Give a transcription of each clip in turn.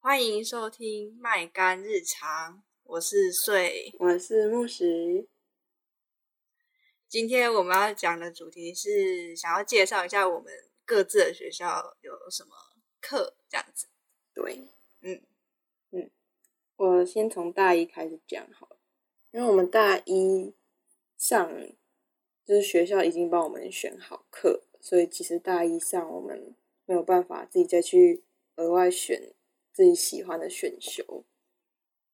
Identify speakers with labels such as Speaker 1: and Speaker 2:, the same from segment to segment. Speaker 1: 欢迎收听麦干日常，我是穗。
Speaker 2: 我是牧石。
Speaker 1: 今天我们要讲的主题是想要介绍一下我们各自的学校有什么课，这样子。
Speaker 2: 对，
Speaker 1: 嗯
Speaker 2: 嗯，我先从大一开始讲好了，因为我们大一上就是学校已经帮我们选好课，所以其实大一上我们没有办法自己再去额外选自己喜欢的选修，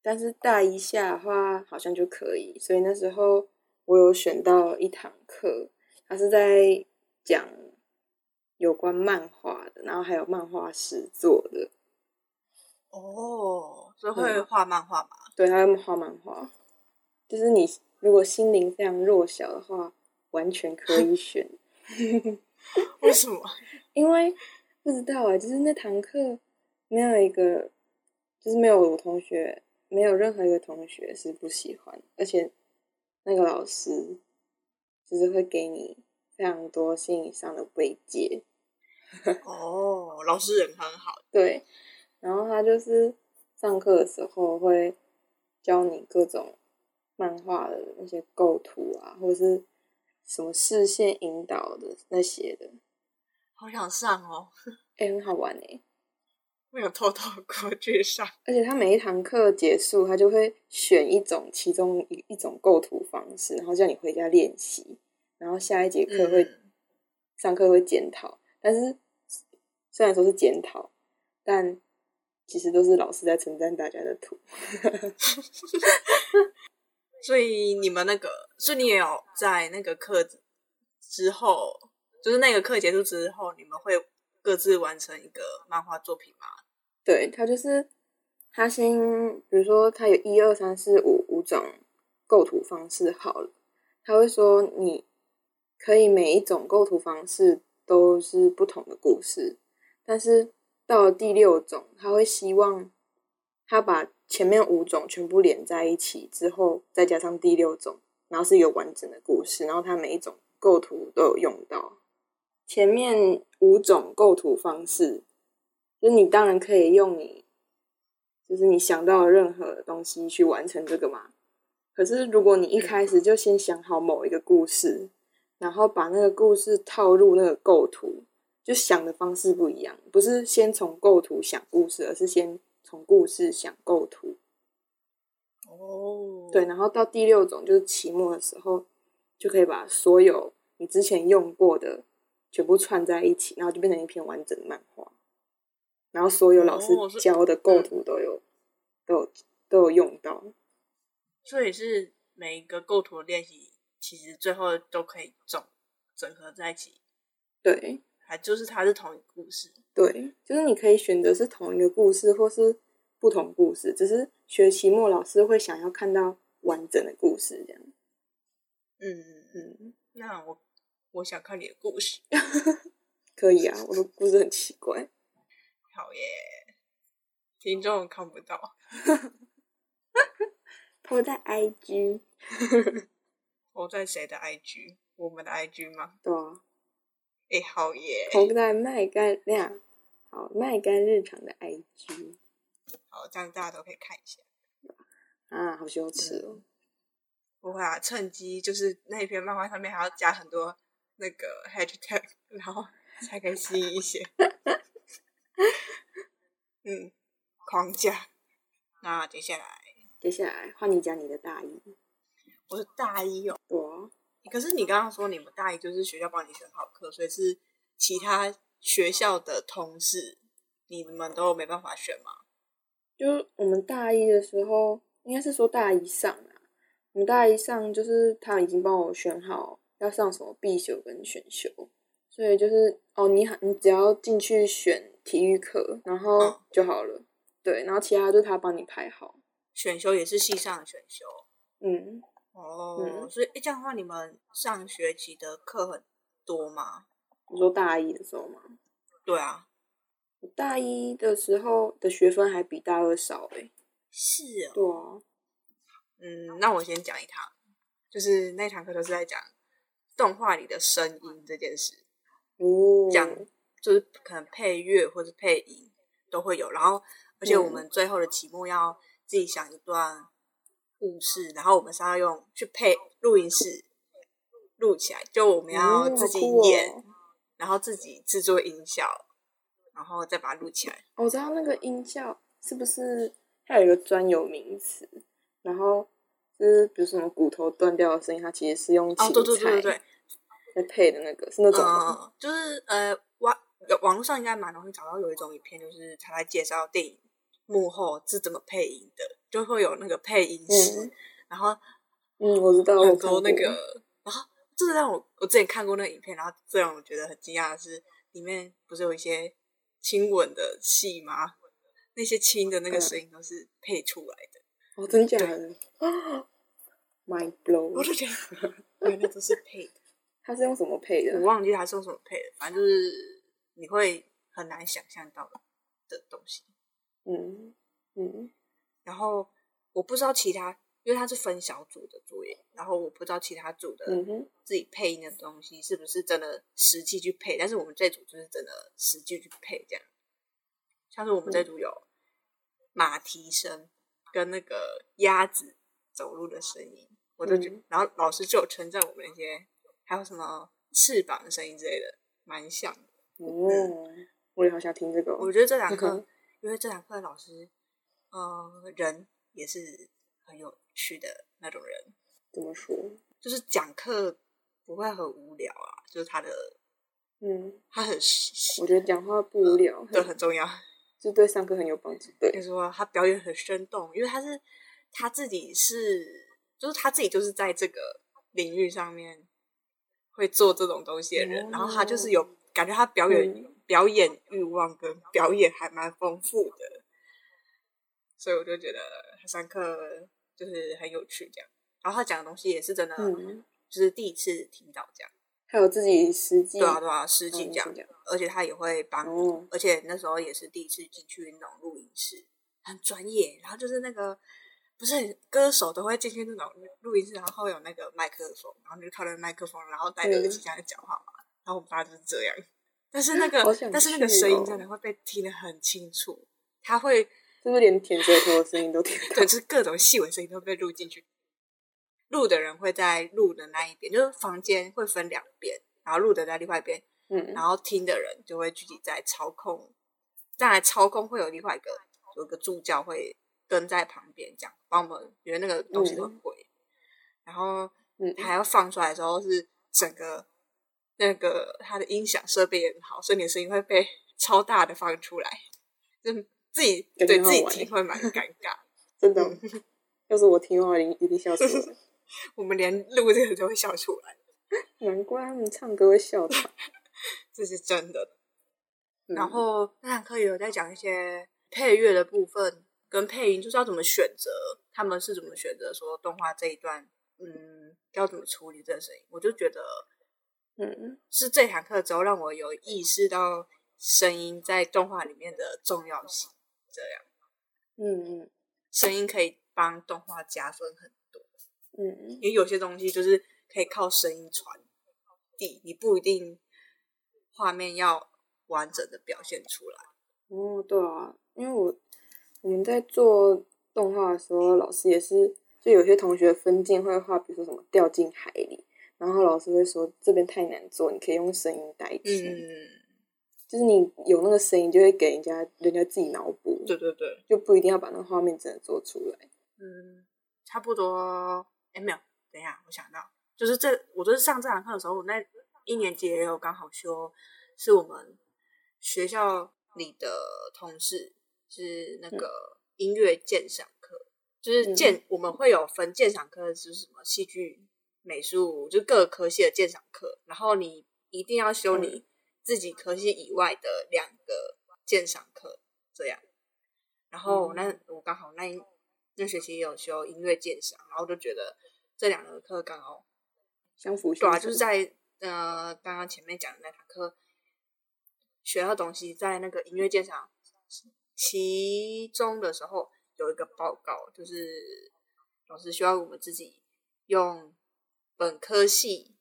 Speaker 2: 但是大一下的话好像就可以，所以那时候我有选到一堂课，它是在讲有关漫画的，然后还有漫画师做的。
Speaker 1: 哦，所以会画漫画吗？
Speaker 2: 对，他会画漫画，就是你如果心灵非常弱小的话，完全可以选，
Speaker 1: 为什么？
Speaker 2: 因为不知道啊，就是那堂课没有一个，就是没有我同学，没有任何一个同学是不喜欢，而且那个老师就是会给你非常多心理上的慰藉，
Speaker 1: 哦，老师人很好。
Speaker 2: 对，然后他就是上课的时候会教你各种漫画的那些构图啊，或者是什么视线引导的那些的，
Speaker 1: 好想上哦，
Speaker 2: 哎、很好玩哎、
Speaker 1: 没有偷偷过去上。
Speaker 2: 而且他每一堂课结束，他就会选一种其中一一种构图方式，然后叫你回家练习，然后下一节课会、
Speaker 1: 嗯
Speaker 2: 上课会检讨，但是虽然说是检讨，但其实都是老师在称赞大家的图。
Speaker 1: 所以你们那个，所以你也有在那个课之后，就是那个课结束之后，你们会各自完成一个漫画作品吗？
Speaker 2: 对，它就是它先，比如说它有一二三四五五种构图方式好了，它会说你可以每一种构图方式都是不同的故事，但是到了第六种，他会希望他把前面五种全部连在一起之后，再加上第六种，然后是一个完整的故事，然后它每一种构图都有用到。前面五种构图方式，就是你当然可以用你，就是你想到的任何东西去完成这个嘛。可是如果你一开始就先想好某一个故事，然后把那个故事套入那个构图，就想的方式不一样，不是先从构图想故事，而是先从故事想构图。
Speaker 1: 哦，
Speaker 2: 对，然后到第六种就是期末的时候，就可以把所有你之前用过的全部串在一起，然后就变成一篇完整的漫画。然后所有老师
Speaker 1: 哦是
Speaker 2: 教的构图都有，都有都有用到。
Speaker 1: 所以是每一个构图的练习，其实最后都可以总整合在一起，
Speaker 2: 对
Speaker 1: 还就是它是同一个故事。
Speaker 2: 对，就是你可以选择是同一个故事，或是不同故事，只是学期末老师会想要看到完整的故事这样。
Speaker 1: 嗯嗯嗯。
Speaker 2: 嗯，
Speaker 1: 那我我想看你的故事，
Speaker 2: 可以啊，我的故事很奇怪。
Speaker 1: 好耶！听众看不到，
Speaker 2: 我在 IG，
Speaker 1: 我在谁的 IG？我们的 IG 吗？
Speaker 2: 对啊。
Speaker 1: 哎、好耶！
Speaker 2: 投在麦干量，好麦干日常的 IG
Speaker 1: 好，这样大家都可以看一下。
Speaker 2: 啊，好羞耻哦！
Speaker 1: 不会啊，趁机就是那一篇漫画上面还要加很多那个 hashtag，然 后才可以吸引一些。嗯，狂加。那接下来
Speaker 2: 接下来换你讲你的大啊一，
Speaker 1: 我是大一哦，
Speaker 2: 我
Speaker 1: 可是你刚刚说你们大一就是学校帮你选好课，所以是其他学校的同事，你们都没办法选吗？
Speaker 2: 就我们大一的时候，应该是说大一上啊，我们大一上就是他已经帮我选好要上什么必修跟选修，所以就是哦，你好，你只要进去选体育课，然
Speaker 1: 嗯
Speaker 2: 后就好了，对，然后其他就是他帮你排好，
Speaker 1: 选修也是系上的选修
Speaker 2: 嗯，
Speaker 1: 哦，
Speaker 2: 嗯
Speaker 1: 所以诶这样的话，你们上学期的课很多吗？
Speaker 2: 你说大一的时候嘛，
Speaker 1: 对啊，
Speaker 2: 我大一的时候的学分还比大二少欸诶、
Speaker 1: 是哦，
Speaker 2: 对啊，
Speaker 1: 嗯，那我先讲一堂，就是那堂课就是在讲动画里的声音这件事，
Speaker 2: 哦，
Speaker 1: 讲就是可能配乐或是配音，都会有。然后，而且我
Speaker 2: 嗯
Speaker 1: 们最后的题目要自己想一段故事，然后我们是要用去配录音室录起来，就我们要
Speaker 2: 嗯
Speaker 1: 自己
Speaker 2: 好酷哦
Speaker 1: 演，然后自己制作音效，然后再把它录起来。
Speaker 2: 哦我知道那个音效是不是它有一个专有名词，然后就是比如什么骨头断掉的声音，它其实是用
Speaker 1: 哦，
Speaker 2: 芹
Speaker 1: 对对对对对
Speaker 2: 菜，来配的那个，是那种吗？
Speaker 1: 嗯，就是呃，网有网络上应该蛮容易找到有一种影片，就是他来介绍电影幕后是怎么配音的，就会有那个配音师，
Speaker 2: 嗯
Speaker 1: 然后
Speaker 2: 嗯，我知道，我
Speaker 1: 很
Speaker 2: 看
Speaker 1: 多那
Speaker 2: 过
Speaker 1: 个，然后这让我我之前看过那个影片，然后最让我觉得很惊讶的是，里面不是有一些亲吻的戏吗？那些亲的那个
Speaker 2: 嗯
Speaker 1: 声音都是配出来的，
Speaker 2: 哦，真假的 ，mind
Speaker 1: 我
Speaker 2: blow，
Speaker 1: 就觉 得原来都是配的，
Speaker 2: 它是用什么配
Speaker 1: 我
Speaker 2: 的？
Speaker 1: 忘记他是用什么配的，反正就是你会很难想象到的东西。
Speaker 2: 嗯嗯，
Speaker 1: 然后我不知道其他，因为它是分小组的作业，然后我不知道其他组的
Speaker 2: 嗯哼，
Speaker 1: 自己配音的东西是不是真的实际去配，但是我们这组就是真的实际去配这样。像是我们
Speaker 2: 嗯
Speaker 1: 这组有马蹄声跟那个鸭子走路的声音，我都觉
Speaker 2: 嗯
Speaker 1: 然后老师就有称赞我们那些，还有什么翅膀的声音之类的，蛮像的。
Speaker 2: 哦，我也好想听这个哦，
Speaker 1: 嗯我觉得这堂
Speaker 2: 嗯
Speaker 1: 课，因为这堂课的老师，呃，人也是很有趣的那种人，
Speaker 2: 怎么说？
Speaker 1: 就是讲课不会很无聊啊，就是他的
Speaker 2: 嗯，
Speaker 1: 他很实
Speaker 2: 我觉得讲话不无聊，
Speaker 1: 对很重要，
Speaker 2: 就对上课很有帮助。对，
Speaker 1: 就是说他表演很生动，因为他是他自己是就是他自己就是在这个领域上面会做这种东西的人，然后他就是有感觉他表演、
Speaker 2: 哦嗯
Speaker 1: 表演欲望跟表演还蛮丰富的，所以我就觉得他上课就是很有趣这样，然后他讲的东西也是真的，
Speaker 2: 嗯，
Speaker 1: 就是第一次听到这样，
Speaker 2: 还有自己实际
Speaker 1: 对啊对啊，实
Speaker 2: 嗯
Speaker 1: 际
Speaker 2: 你
Speaker 1: 这样
Speaker 2: 先，讲
Speaker 1: 而且他也会帮你
Speaker 2: 哦，
Speaker 1: 而且那时候也是第一次进去那种录音室，很专业。然后就是那个不是很歌手都会进去那种录音室，然后会有那个麦克风，然后你就靠那个麦克风，然后戴着
Speaker 2: 嗯
Speaker 1: 耳机这样讲话嘛。然后我们爸就是这样，但是那个、
Speaker 2: 好想
Speaker 1: 但是那个
Speaker 2: 去
Speaker 1: 声音
Speaker 2: 哦
Speaker 1: 真的会被听得很清楚，他会
Speaker 2: 是不是连舔舌头的声音都听得
Speaker 1: 对，
Speaker 2: 到？
Speaker 1: 就是各种细微声音都被录进去。录的人会在录的那一边，就是房间会分两边，然后录的在另外一边，
Speaker 2: 嗯
Speaker 1: 然后听的人就会聚集在操控，当然操控会有另外一个有一个助教会跟在旁边讲，帮我们因为那个东西都很贵，然后
Speaker 2: 嗯
Speaker 1: 他要放出来的时候是整个那个它的音响设备也很好，所以你的声音会被 超大的放出来，就自己
Speaker 2: 感觉
Speaker 1: 对
Speaker 2: 很好
Speaker 1: 自己
Speaker 2: 玩欸
Speaker 1: 听会蛮尴尬。
Speaker 2: 真的，
Speaker 1: 嗯
Speaker 2: 要是我听的话，一定一定笑死 了。
Speaker 1: 我们连录这个都会笑出来，
Speaker 2: 难怪他们唱歌会笑场。
Speaker 1: 这是真的。
Speaker 2: 嗯
Speaker 1: 然后那堂课也有在讲一些配乐的部分跟配音，就是要怎么选择，他们是怎么选择说动画这一段，嗯，要怎么处理这个声音。我就觉得
Speaker 2: 嗯，
Speaker 1: 是这堂课之后让我有意识到声音在动画里面的重要性，这样
Speaker 2: 嗯嗯
Speaker 1: 声音可以帮动画加分很多，
Speaker 2: 嗯
Speaker 1: 因为有些东西就是可以靠声音传递，你不一定画面要完整的表现出来。
Speaker 2: 哦，对啊，因为我我们在做动画的时候，老师也是，就有些同学分镜会画，比如说什么掉进海里，然后老师会说这边太难做，你可以用声音代替，
Speaker 1: 嗯，
Speaker 2: 就是你有那个声音，就会给人家人家自己脑补，
Speaker 1: 对对对。
Speaker 2: 就不一定要把那个画面真的做出来。
Speaker 1: 嗯，差不多。哎，没有，等一下，我想到，就是这，我就是上这堂课的时候，我那一年级也有刚好修，是我们学校里的同事是那个音乐鉴赏课，就是鉴、我们会有分鉴赏课，就是什么戏剧、美术，就各个科系的鉴赏课，然后你一定要修你自己科系以外的两个鉴赏课，这样。然后我那、我刚好那一那学期也有修音乐鉴赏，然后就觉得这两个课刚好
Speaker 2: 相辅
Speaker 1: 对
Speaker 2: 相
Speaker 1: 啊，
Speaker 2: 成，
Speaker 1: 就是在呃刚刚前面讲的那堂课学到东西，在那个音乐鉴赏其中的时候有一个报告，就是老师需要我们自己用本科系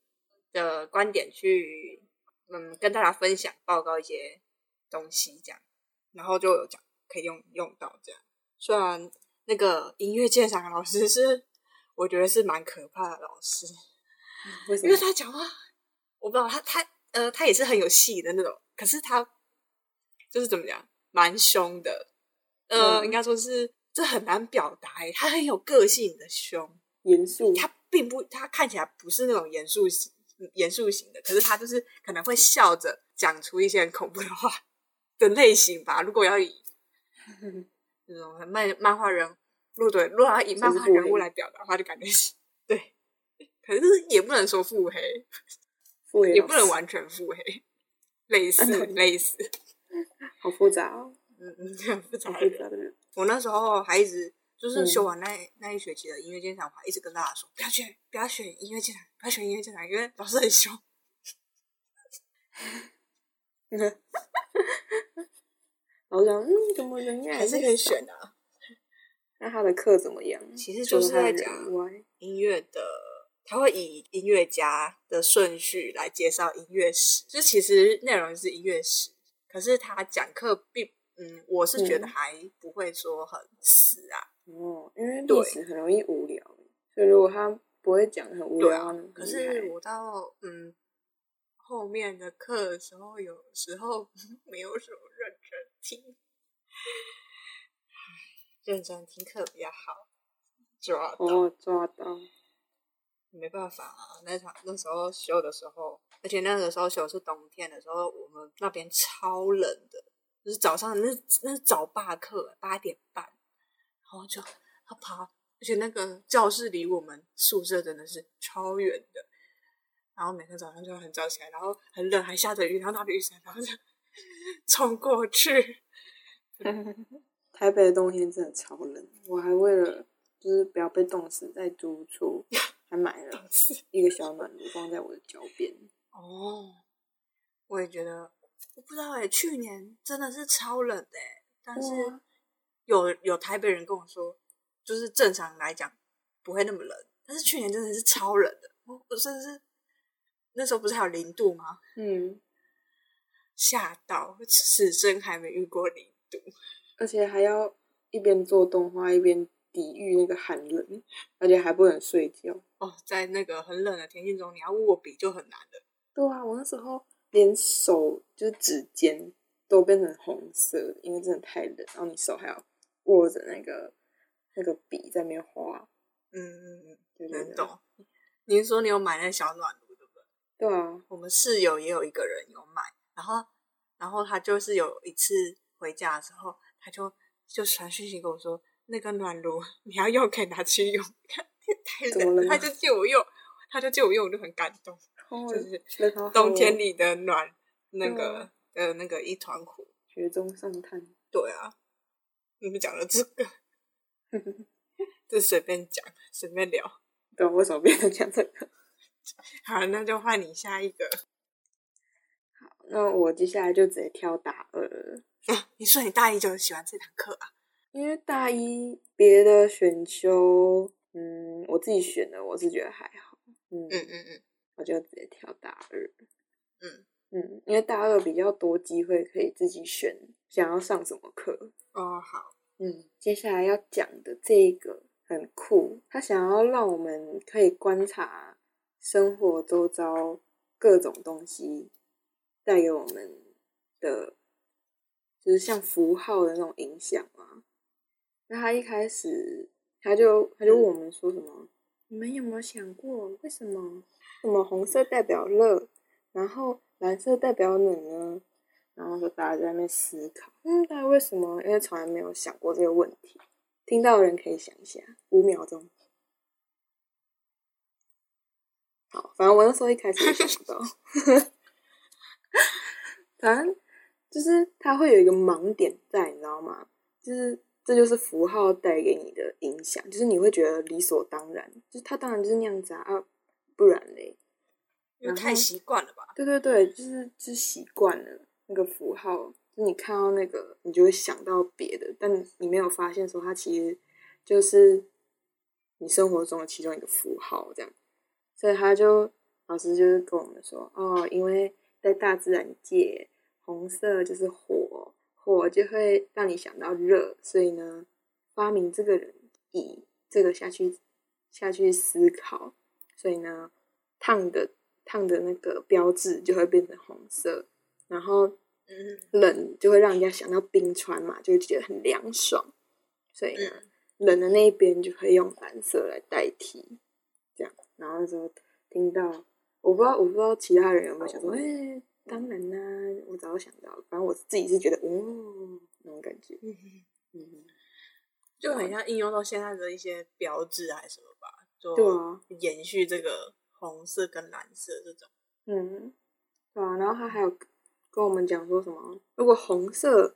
Speaker 1: 的观点去嗯跟大家分享报告一些东西，这样然后就有讲可以用用到这样。虽然那个音乐鉴赏老师是我觉得是蛮可怕的老师，
Speaker 2: 为什
Speaker 1: 因
Speaker 2: 么
Speaker 1: 为？他讲话，我不知道他他呃他也是很有戏的那种，可是他就是怎么讲，蛮凶的，呃，
Speaker 2: 嗯
Speaker 1: 应该说是这很难表达欸，他很有个性的凶，
Speaker 2: 严肃，
Speaker 1: 他并不他看起来不是那种严肃型严肃型的，可是他就是可能会笑着讲出一些很恐怖的话的类型吧。如果要以那种漫漫画人物对，如果要以漫画人物来表达的话，就感觉是对。可是也不能说腹黑，
Speaker 2: 傅也
Speaker 1: 也不能，完全腹黑，类
Speaker 2: 啊
Speaker 1: 似类似，
Speaker 2: 好复杂 哦，
Speaker 1: 嗯嗯，不
Speaker 2: 好
Speaker 1: 常
Speaker 2: 复杂的人。
Speaker 1: 我那时候还一直就是
Speaker 2: 嗯
Speaker 1: 修完那、那一学期的音乐鉴赏，我还一直跟大家说不要选不要选音乐鉴赏，不要选音乐鉴赏，因为老师很凶。
Speaker 2: 然后想，嗯，怎么人家
Speaker 1: 还是可以选的、
Speaker 2: 那他的课怎么样？
Speaker 1: 其实就是
Speaker 2: 除了他
Speaker 1: 在
Speaker 2: 的
Speaker 1: 讲
Speaker 2: 人以外
Speaker 1: 音乐的，他会以音乐家的顺序来介绍音乐史，就其实内容是音乐史，可是他讲课并嗯，我是觉得
Speaker 2: 嗯
Speaker 1: 还不会说很死啊，
Speaker 2: 哦，因为
Speaker 1: 对
Speaker 2: 历史很容易无聊，所以如果他不会讲很无
Speaker 1: 对
Speaker 2: 聊
Speaker 1: 啊
Speaker 2: 呢，，
Speaker 1: 可
Speaker 2: 厉
Speaker 1: 是
Speaker 2: 害
Speaker 1: 我到嗯后面的课的时候，有时候 没有什么认真听， 认真听课比较好，抓到、
Speaker 2: 哦抓到，
Speaker 1: 没办法啊。那场那时候修的时候，而且那个时候修是冬天的时候，我们那边超冷的，就是早上那那是早八课，欸八点半，然后就要爬，而且那个教室离我们宿舍真的是超远的。然后每天早上就很早起来，然后很冷，还下着雨，然后拿着雨伞，然后就 冲过去。
Speaker 2: 台北的冬天真的超冷，我还为了就是不要被冻死，在租屋处还买了一个小暖炉放在我的脚边。
Speaker 1: 哦，我也觉得，我不知道哎、去年真的是超冷的、欸，但是
Speaker 2: 对啊
Speaker 1: 有有台北人跟我说，就是正常来讲不会那么冷，但是去年真的是超冷的，我我甚至那时候不是还有零度吗？
Speaker 2: 嗯，
Speaker 1: 吓到，此生还没遇过零度。
Speaker 2: 而且还要一边做动画一边抵御那个寒冷，而且还不能睡觉。
Speaker 1: 哦，在那个很冷的天气中，你要握笔就很难了。
Speaker 2: 对啊，我那时候连手就是指尖都变成红色的，因为真的太冷，然后你手还要握着那个那个笔在那边画，
Speaker 1: 嗯嗯嗯，
Speaker 2: 对对
Speaker 1: 能
Speaker 2: 对，
Speaker 1: 懂。你是说你有买那小暖炉，对不对？
Speaker 2: 对啊，
Speaker 1: 我们室友也有一个人有买，然后然后他就是有一次回家的时候，他就就传讯息跟我说，那个暖炉你要用可以拿去用， 太
Speaker 2: 怎么
Speaker 1: 冷
Speaker 2: 了
Speaker 1: 了，他
Speaker 2: 吗
Speaker 1: 就借我用，他就借我用，我就很感动，
Speaker 2: 就
Speaker 1: 就是
Speaker 2: 那他
Speaker 1: 冬天里
Speaker 2: 里
Speaker 1: 的暖，那个
Speaker 2: 嗯
Speaker 1: 呃那个一团火，
Speaker 2: 雪中送炭，
Speaker 1: 对啊，你们讲了这个，这随便讲随便聊，
Speaker 2: 对啊，为什么变成讲这个？
Speaker 1: 好，那就换你下一个，
Speaker 2: 那我接下来就直接挑大二了。
Speaker 1: 啊你说你大一就喜欢这堂课啊？
Speaker 2: 因为大一别的选修，嗯，我自己选的，我是觉得还好，嗯，
Speaker 1: 嗯嗯嗯，
Speaker 2: 我就直接跳大二，
Speaker 1: 嗯
Speaker 2: 嗯，因为大二比较多机会可以自己选想要上什么课，
Speaker 1: 哦好。
Speaker 2: 嗯，接下来要讲的这个很酷，他想要让我们可以观察生活周遭各种东西带给我们的，就是像符号的那种影响啊。那他一开始他就他就问我们说什么？你们有没有想过为什么什么红色代表热，然后蓝色代表冷呢？然后就大家在那边思考，嗯，大家为什么？因为从来没有想过这个问题。听到的人可以想一下，五秒钟。好，反正我那时候一开始也想不到， 反正就是它会有一个盲点在，你知道吗？就是这就是符号带给你的影响，就是你会觉得理所当然，就是它当然就是那样子啊，啊不然嘞，
Speaker 1: 因为
Speaker 2: 然
Speaker 1: 太
Speaker 2: 后
Speaker 1: 习惯了吧？
Speaker 2: 对对对，就是就是习惯了那个符号，就是你看到那个，你就会想到别的，但你没有发现说它其实就是你生活中的其中一个符号这样。所以他就老师就是跟我们说，哦，因为在大自然界，红色就是火，火就会让你想到热，所以呢，发明这个人以这个下去下去思考，所以呢，烫的烫的那个标志就会变成红色，然后
Speaker 1: 嗯
Speaker 2: 冷就会让人家想到冰川嘛，就会觉得很凉爽，所以呢
Speaker 1: 嗯，
Speaker 2: 冷的那一边就可以用蓝色来代替，这样。然后那时候听到，我不知道我不知道其他人有没有想说，哎、当然啦、我早就想到了，反正我自己是觉得，嗯，那种感觉，
Speaker 1: 嗯，
Speaker 2: 嗯，
Speaker 1: 就
Speaker 2: 啊
Speaker 1: 很像应用到现在的一些标志啊还是什么吧，就
Speaker 2: 对啊，
Speaker 1: 延续这个红色跟蓝色这种。
Speaker 2: 嗯，对啊，然后他还有跟我们讲说什么，如果红色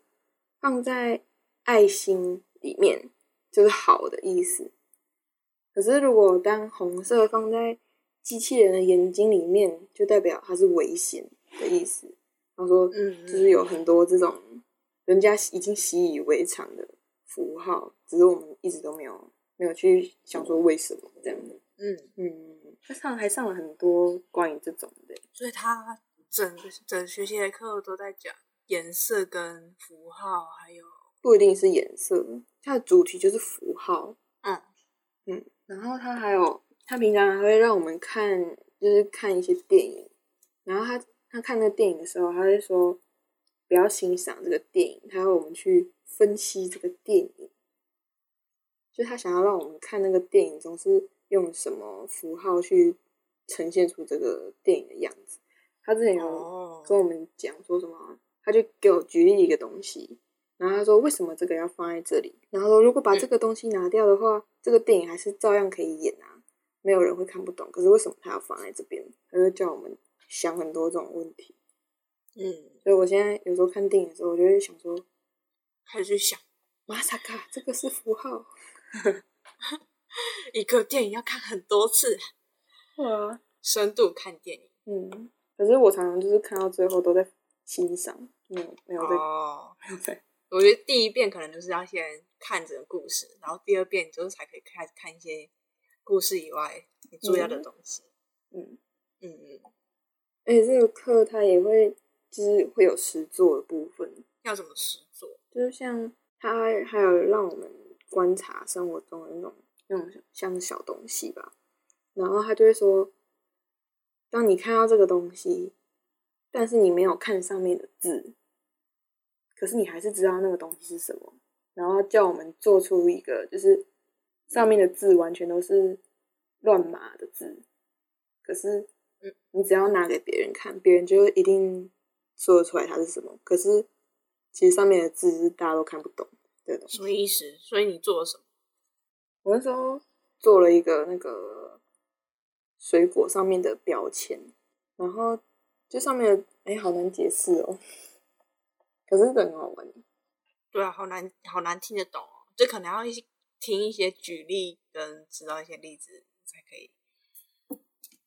Speaker 2: 放在爱心里面，就是好的意思。可是如果当红色放在机器人的眼睛里面，就代表它是危险的意思。他说，
Speaker 1: 嗯
Speaker 2: 就是有很多这种人家已经习以为常的符号，只是我们一直都没有没有去想说为什么这样。
Speaker 1: 嗯，
Speaker 2: 嗯，他上还上了很多关于这种的。
Speaker 1: 所以他整整学期的课都在讲颜色跟符号，还有
Speaker 2: 不一定是颜色，它的主题就是符号。
Speaker 1: 嗯
Speaker 2: 嗯，然后它还有，它平常还会让我们看，就是看一些电影。然后他他看那个电影的时候，他会说不要欣赏这个电影，他要我们去分析这个电影。就他想要让我们看那个电影中是用什么符号去呈现出这个电影的样子。他之前有
Speaker 1: 哦，
Speaker 2: 啊跟我们讲说什么，他就给我举例一个东西，然后他说为什么这个要放在这里，然后说如果把这个东西拿掉的话，这个电影还是照样可以演啊，没有人会看不懂。可是为什么他要放在这边？他就叫我们想很多这种问题。
Speaker 1: 嗯，
Speaker 2: 所以我现在有时候看电影的时候，我就会想说，
Speaker 1: 开始去想
Speaker 2: 马萨卡这个是符号，
Speaker 1: 一个电影要看很多次，
Speaker 2: 啊，
Speaker 1: 深度看电影
Speaker 2: 嗯。可是我常常就是看到最后都在欣赏，没有没有在、
Speaker 1: 哦。
Speaker 2: 没有在，
Speaker 1: 我觉得第一遍可能就是要先看整个故事，然后第二遍就是才可以开始看一些故事以外你注意到的东西。
Speaker 2: 嗯。
Speaker 1: 嗯嗯，
Speaker 2: 而且这个课它也会就是会有实作的部分，
Speaker 1: 要怎么实做？
Speaker 2: 就是像它还有让我们观察生活中的那种那种像小东西吧，然后他就会说，当你看到这个东西，但是你没有看上面的字，可是你还是知道那个东西是什么，然后叫我们做出一个就是上面的字完全都是乱码的字，可是
Speaker 1: 嗯
Speaker 2: 你只要拿给别人看，别人就一定说得出来它是什么，可是其实上面的字是大家都看不懂的东西
Speaker 1: 什么意思？所以你做了什么？
Speaker 2: 我那时候做了一个那个水果上面的标签，然后就上面的哎、好难解释哦，可是这个很好玩。
Speaker 1: 对啊，好难，好难听得懂哦。这可能要一些听一些举例跟知道一些例子才可以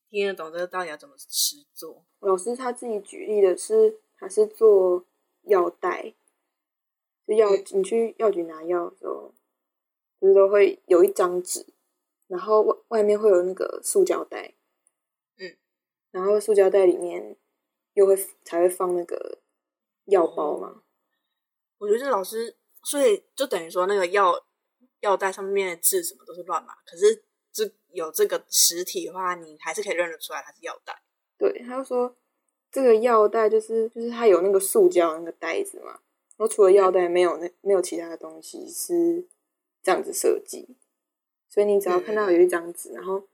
Speaker 1: 听得懂这个到底要怎么实做。
Speaker 2: 老师他自己举例的是，他是做药袋，就药
Speaker 1: 嗯
Speaker 2: 你去药局拿药的时候，不是都会有一张纸，然后外外面会有那个塑胶袋，
Speaker 1: 嗯，
Speaker 2: 然后塑胶袋里面又会才会放那个药包嘛，
Speaker 1: 我觉得这老师，所以就等于说那个药药袋上面的字什么都是乱码，可是这有这个实体的话，你还是可以认得出来它是药袋。
Speaker 2: 对，他就说这个药袋就是就是它有那个塑胶的那个袋子嘛，然后除了药袋没有那没有其他的东西是这样子设计，所以你只要看到有一张纸，然后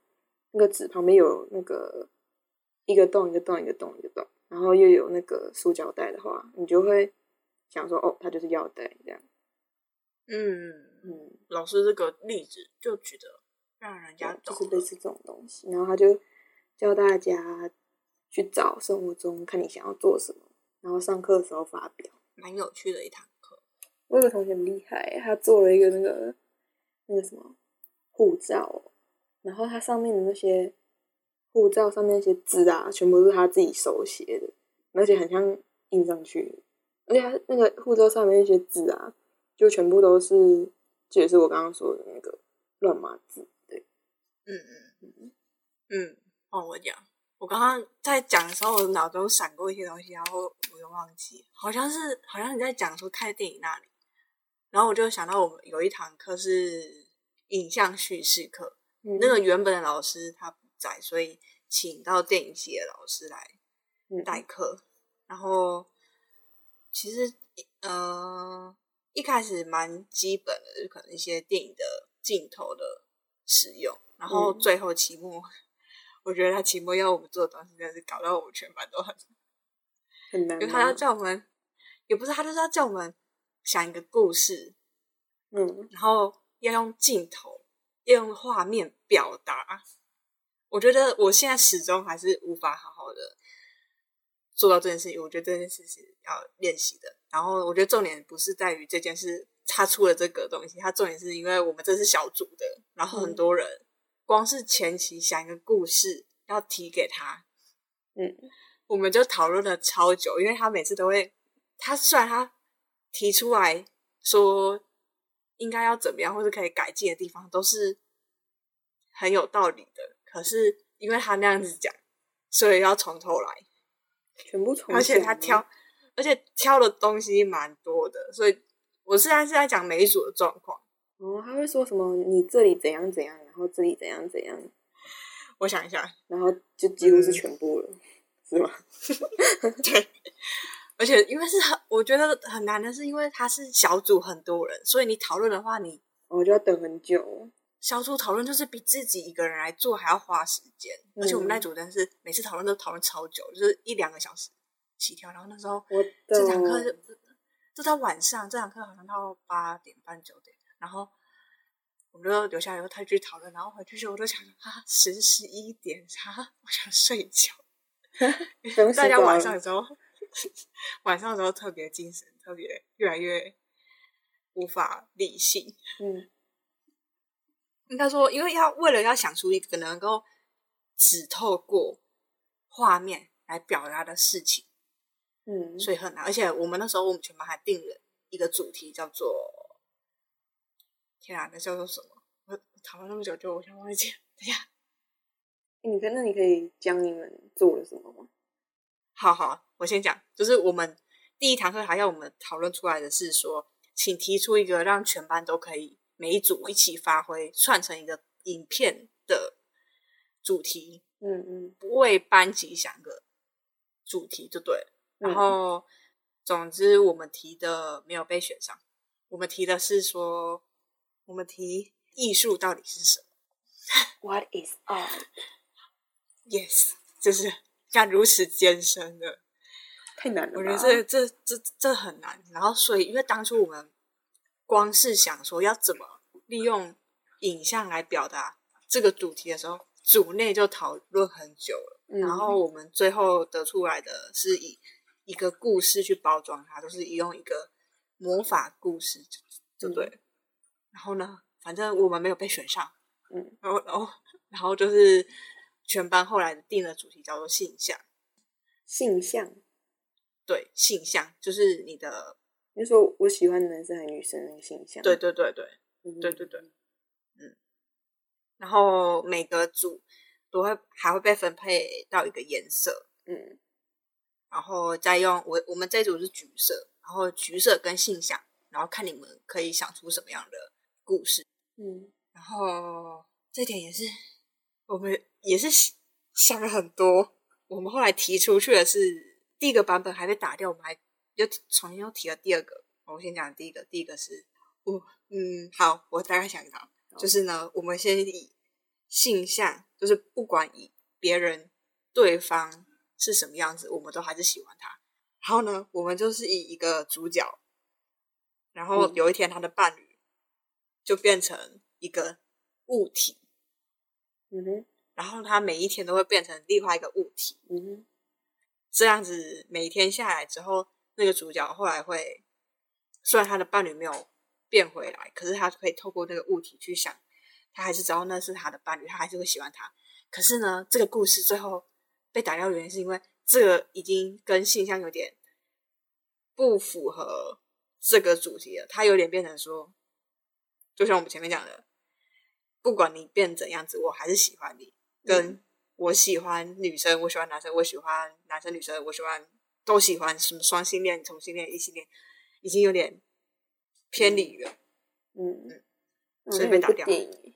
Speaker 2: 那个纸旁边有那个一个洞一个洞一个洞一个洞，然后又有那个塑胶袋的话，你就会想说哦，它就是药袋这样，
Speaker 1: 嗯，
Speaker 2: 嗯。
Speaker 1: 老师这个例子就举得让人家
Speaker 2: 就
Speaker 1: 懂
Speaker 2: 是
Speaker 1: 了
Speaker 2: 类似这种东西。然后他就教大家去找生活中看你想要做什么，然后上课的时候发表。
Speaker 1: 蛮有趣的一堂课。
Speaker 2: 我有个同学很厉害，他做了一个那个那个什么护照哦，然后他上面的那些护照上面那些字啊，全部都是他自己手写的，而且很像印上去的。而且他那个护照上面那些字啊，就全部都是，这也是我刚刚说的那个乱码字，对。
Speaker 1: 嗯嗯嗯，嗯，换我讲，我刚刚在讲的时候，我脑中闪过一些东西，然后我又忘记，好像是好像你在讲说看电影那里，然后我就想到我们有一堂课是影像叙事课，
Speaker 2: 嗯
Speaker 1: 那个原本的老师他不在，所以请到电影系的老师来代课，然后其实呃一开始蛮基本的，就可能一些电影的镜头的使用，然后
Speaker 2: 嗯
Speaker 1: 最后期末，我觉得他期末要我们做的东西，真的是搞到我们全班都很，
Speaker 2: 很难啊
Speaker 1: 因为
Speaker 2: 吗。
Speaker 1: 他要叫我们，也不是他就是要叫我们想一个故事，
Speaker 2: 嗯，
Speaker 1: 然后要用镜头，要用画面表达。我觉得我现在始终还是无法好好的做到这件事情。我觉得这件事情要练习的。然后我觉得重点不是在于这件事，他出了这个东西，它重点是因为我们这是小组的，然后很多人、光是前期想一个故事要提给他，
Speaker 2: 嗯，
Speaker 1: 我们就讨论了超久，因为他每次都会，他虽然他提出来说应该要怎么样，或是可以改进的地方，都是很有道理的。可是因为他那样子讲，所以要从头来，
Speaker 2: 全部重啊
Speaker 1: 而且
Speaker 2: 写
Speaker 1: 他
Speaker 2: 吗
Speaker 1: 挑，而且挑的东西蛮多的，所以我现在是在讲每一组的状况。
Speaker 2: 哦，他会说什么？你这里怎样怎样，然后这里怎样怎样，
Speaker 1: 我想一下，
Speaker 2: 然后就几乎
Speaker 1: 嗯
Speaker 2: 是全部了，是吗？
Speaker 1: 而且因为是很，我觉得很难的是，因为他是小组很多人，所以你讨论的话，你
Speaker 2: 我就要等很久。
Speaker 1: 小组讨论就是比自己一个人来做还要花时间，
Speaker 2: 嗯
Speaker 1: 而且我们那组真的是每次讨论都讨论超久，就是一两个小时起跳。然后那时候
Speaker 2: 我
Speaker 1: 这堂课就
Speaker 2: 懂，
Speaker 1: 就到晚上，这堂课好像到八点半九点，然后我们就留下来以后，他就去讨论，然后回去时候我就想啊，十十一点啊，我想睡觉。
Speaker 2: 不用
Speaker 1: 大
Speaker 2: 洗
Speaker 1: 家
Speaker 2: 澡
Speaker 1: 晚
Speaker 2: 了
Speaker 1: 上的时候， 晚上的时候特别精神，特别越来越无法理性。
Speaker 2: 嗯
Speaker 1: 应该说，因为要为了要想出一个能够只透过画面来表达的事情，
Speaker 2: 嗯，
Speaker 1: 所以很难。而且我们那时候，我们全班还定了一个主题，叫做“天啊，那叫做什么？”我讨论那么久，就我想忘记了。 等一下，
Speaker 2: 你可那你可以讲你们做了什么吗？
Speaker 1: 好好，我先讲，就是我们第一堂课还要我们讨论出来的是说，请提出一个让全班都可以每一组一起发挥，串成一个影片的主题。
Speaker 2: 嗯嗯
Speaker 1: 为班级想个主题就对了。
Speaker 2: 嗯
Speaker 1: 然后，总之我们提的没有被选上，我们提的是说，我们提艺术到底是什么
Speaker 2: ，What is art？
Speaker 1: ？Yes，就是像如此艰深的，
Speaker 2: 太难了吧，
Speaker 1: 我觉得这这这这很难。然后，所以因为当初我们光是想说要怎么利用影像来表达这个主题的时候，组内就讨论很久了。
Speaker 2: 嗯
Speaker 1: 然后我们最后得出来的是以一个故事去包装它，就是用一个魔法故事就就对了。然后呢，反正我们没有被选上，
Speaker 2: 嗯，
Speaker 1: 然后然后然后就是全班后来定的主题叫做性向，
Speaker 2: 性向，
Speaker 1: 对性向就是你的，
Speaker 2: 你就说我喜欢的男生还是女生那个性向？
Speaker 1: 对对对对
Speaker 2: 嗯
Speaker 1: 对对对，嗯。然后每个组都会还会被分配到一个颜色，
Speaker 2: 嗯
Speaker 1: 然后再用我我们这组是橘色，然后橘色跟性向，然后看你们可以想出什么样的故事。
Speaker 2: 嗯，
Speaker 1: 然后这点也是我们也是想想了很多。我们后来提出去的是第一个版本还被打掉，我们还又重新又提了第二个。我先讲第一个，第一个是我嗯好，我大概想到就是呢，我们先以性向，就是不管以别人对方是什么样子，我们都还是喜欢他。然后呢，我们就是以一个主角，然后
Speaker 2: 嗯
Speaker 1: 有一天他的伴侣就变成一个物体，
Speaker 2: 嗯哼
Speaker 1: 然后他每一天都会变成另外一个物体。
Speaker 2: 嗯哼
Speaker 1: 这样子每天下来之后，那个主角后来会，虽然他的伴侣没有变回来，可是他可以透过那个物体去想，他还是知道那是他的伴侣，他还是会喜欢他。可是呢，这个故事最后被打掉的原因是因为这个已经跟性向有点不符合这个主题了，他有点变成说，就像我们前面讲的，不管你变怎样子，我还是喜欢你，跟我喜欢女生，我喜欢男生，我喜欢男生女生，我喜欢都喜欢什么双性恋、同性恋、异性恋，已经有点偏离了。
Speaker 2: 嗯，
Speaker 1: 所以被打
Speaker 2: 好像有一部
Speaker 1: 掉
Speaker 2: 电影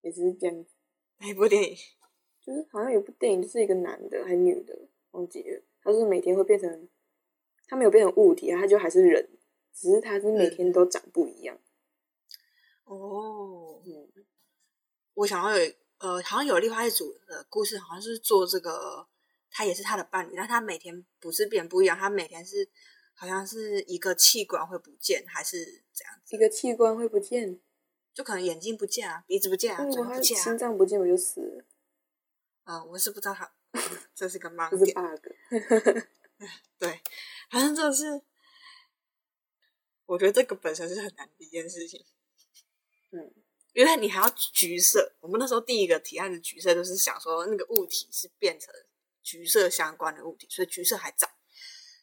Speaker 2: 也是这样子，
Speaker 1: 那一部电影
Speaker 2: 就是好像有一部电影，就是一个男的还是女的，忘记了。他就是每天会变成，他没有变成物体啊，他就还是人，只是他是每天都长不一样。
Speaker 1: 哦，
Speaker 2: 嗯，
Speaker 1: 我想要有呃，好像有另外一组的故事，好像是做这个，他也是他的伴侣，但他每天不是变不一样，他每天是好像是一个器官会不见，还是怎样
Speaker 2: 一
Speaker 1: 子，
Speaker 2: 个器官会不见，
Speaker 1: 就可能眼睛不见啊，鼻子不见啊，
Speaker 2: 嗯，
Speaker 1: 嘴
Speaker 2: 我
Speaker 1: 巴
Speaker 2: 还
Speaker 1: 不见
Speaker 2: 心
Speaker 1: 啊，
Speaker 2: 脏不见我就死了，
Speaker 1: 啊、我是不知道他， 这是个盲
Speaker 2: 这是
Speaker 1: 点，
Speaker 2: bug。
Speaker 1: 对，好像这是，我觉得这个本身是很难的一件事情，
Speaker 2: 嗯，
Speaker 1: 因为你还要橘色，我们那时候第一个提案的橘色就是想说那个物体是变成橘色相关的物体，所以橘色还在。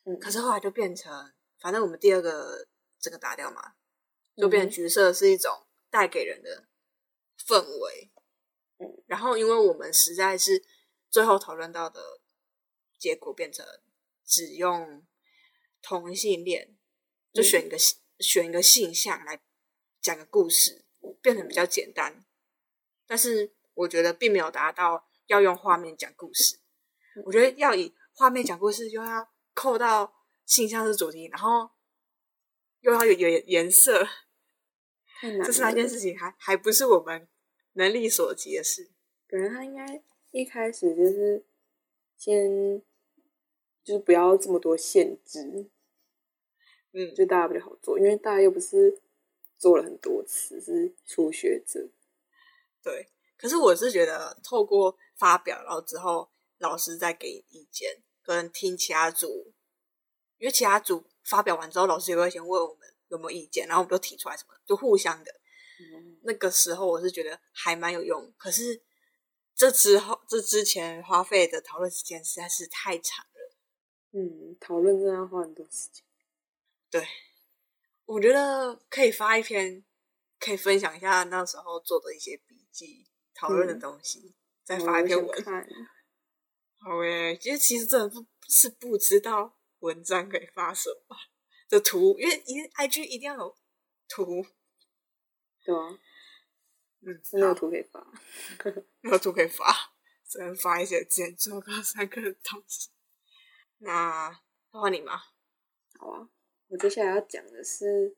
Speaker 2: 嗯，
Speaker 1: 可是后来就变成，反正我们第二个这个打掉嘛，就变成
Speaker 2: 嗯
Speaker 1: 橘色是一种带给人的氛围。
Speaker 2: 嗯，
Speaker 1: 然后因为我们实在是最后讨论到的结果变成只用同性恋，就选一个、性选一个性向来讲个故事，变成比较简单。但是我觉得并没有达到要用画面讲故事。我觉得要以画面讲故事，又要扣到性向是主题，然后又要有有颜色，
Speaker 2: 太难了。
Speaker 1: 这是那件事情还还不是我们能力所及的事。
Speaker 2: 感觉他应该一开始就是先，就是不要这么多限制，
Speaker 1: 嗯，
Speaker 2: 就大家比较好做，因为大家又不是做了很多次，是初学者。
Speaker 1: 对。可是我是觉得透过发表，然后之后老师再给意见，跟听其他组，因为其他组发表完之后，老师也会先问我们有没有意见，然后我们就提出来什么，就互相的。那个时候我是觉得还蛮有用，可是这之后这之前花费的讨论时间实在是太长了。
Speaker 2: 嗯，讨论真的要花很多时间。
Speaker 1: 我觉得可以发一篇，可以分享一下那时候做的一些笔记、讨论的
Speaker 2: 嗯
Speaker 1: 东西，再发一篇
Speaker 2: 我
Speaker 1: 文。
Speaker 2: 想看，
Speaker 1: 好诶，其实其实真的不是不知道文章可以发什么的图，因为一定 IG 一定要有图，
Speaker 2: 对啊，
Speaker 1: 嗯，
Speaker 2: 是没有
Speaker 1: 好
Speaker 2: 图可以发。
Speaker 1: 没有图可以发，只能发一些之前做过三个的东西。那换你吗？
Speaker 2: 好啊，我接下来要讲的是，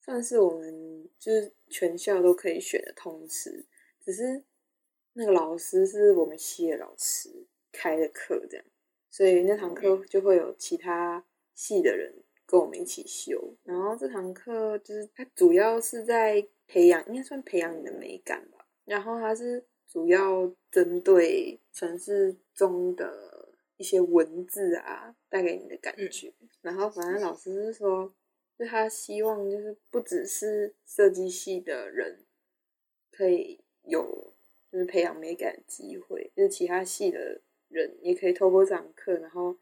Speaker 2: 算是我们就是全校都可以选的通识，只是那个老师是我们系的老师开的课，这样，所以那堂课就会有其他系的人跟我们一起修。然后这堂课就是它主要是在培养，应该算培养你的美感吧。然后它是主要针对城市中的一些文字啊，带给你的感觉。然后反正老师是说，就他希望就是不只是设计系的人可以有就是培养美感的机会，就是其他系的人也可以透过这堂课，然后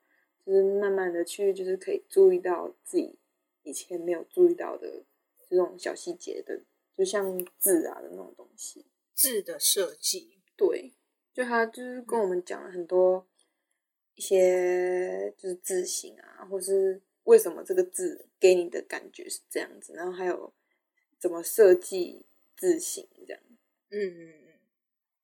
Speaker 2: 就是慢慢的去就是可以注意到自己以前没有注意到的这种小细节的，就像字啊的那种东西。
Speaker 1: 字的设计，
Speaker 2: 对，就他就是跟我们讲了很多一些就是字形啊，或是为什么这个字给你的感觉是这样子，然后还有怎么设计字形这样。
Speaker 1: 嗯嗯嗯，